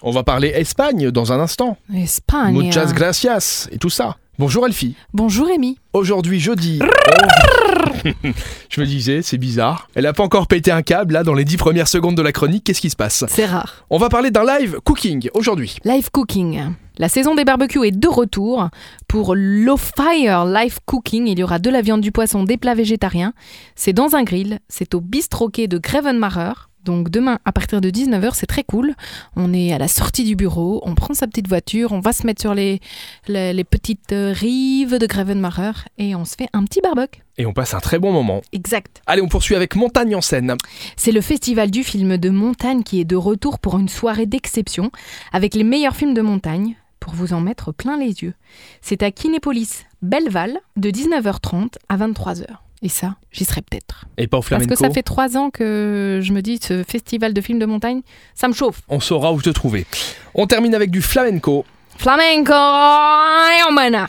On va parler Espagne dans un instant. Espagne. hein. Muchas gracias et tout ça. Bonjour Elfie. Bonjour Amy. Aujourd'hui jeudi. on- Je me disais, c'est bizarre. Elle a pas encore pété un câble là dans les 10 premières secondes de la chronique. Qu'est-ce qui se passe C'est rare. On va parler d'un live cooking aujourd'hui. Live cooking. La saison des barbecues est de retour. Pour Low Fire Live Cooking, il y aura de la viande, du poisson, des plats végétariens. C'est dans un grill, c'est au bistroquet de Grevenmacher. Donc demain, à partir de 19h, c'est très cool. On est à la sortie du bureau, on prend sa petite voiture, on va se mettre sur les, les, les petites euh, rives de Grevenmacher et on se fait un petit barbecue. Et on passe un très bon moment. Exact. Allez, on poursuit avec Montagne en scène. C'est le festival du film de montagne qui est de retour pour une soirée d'exception avec les meilleurs films de montagne pour vous en mettre plein les yeux. C'est à Kinépolis, Belleval, de 19h30 à 23h. Et ça, j'y serai peut-être. Et pas au Parce flamenco. que ça fait trois ans que je me dis ce festival de films de montagne, ça me chauffe. On saura où te trouver. On termine avec du flamenco. Flamenco et on mana.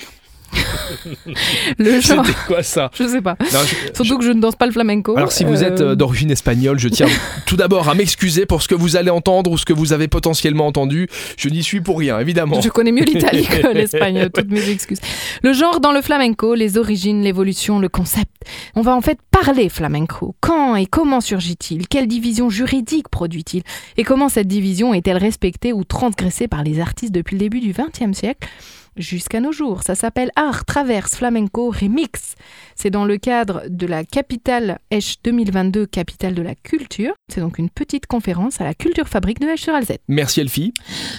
Le genre, C'était quoi ça je sais pas. Non, je- Surtout que je ne danse pas le flamenco. Alors si vous êtes Euh, euh, d'origine espagnole, je tiens tout d'abord à m'excuser pour ce que vous allez entendre ou ce que vous avez potentiellement entendu. Je n'y suis pour rien, évidemment. Je connais mieux l'Italie que l'Espagne, toutes mes excuses. Le genre dans le flamenco, les origines, l'évolution, le concept. On va en fait parler flamenco. Quand et comment surgit-il Quelle division juridique produit-il Et comment cette division est-elle respectée ou transgressée par les artistes depuis le début du XXe siècle jusqu'à nos jours Ça s'appelle Art Traverse Flamenco Remix. C'est dans le cadre de la capitale Esch 2022, capitale de la culture. C'est donc une petite conférence à la Culture Fabrique de Esch sur Alzette. Merci Elfie.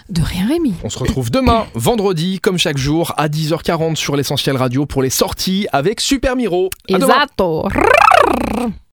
De rien Rémi On se retrouve demain, vendredi, comme chaque jour, à 10h40 sur l'essentiel radio pour les sorties avec Super Miro. À demain. Esatto.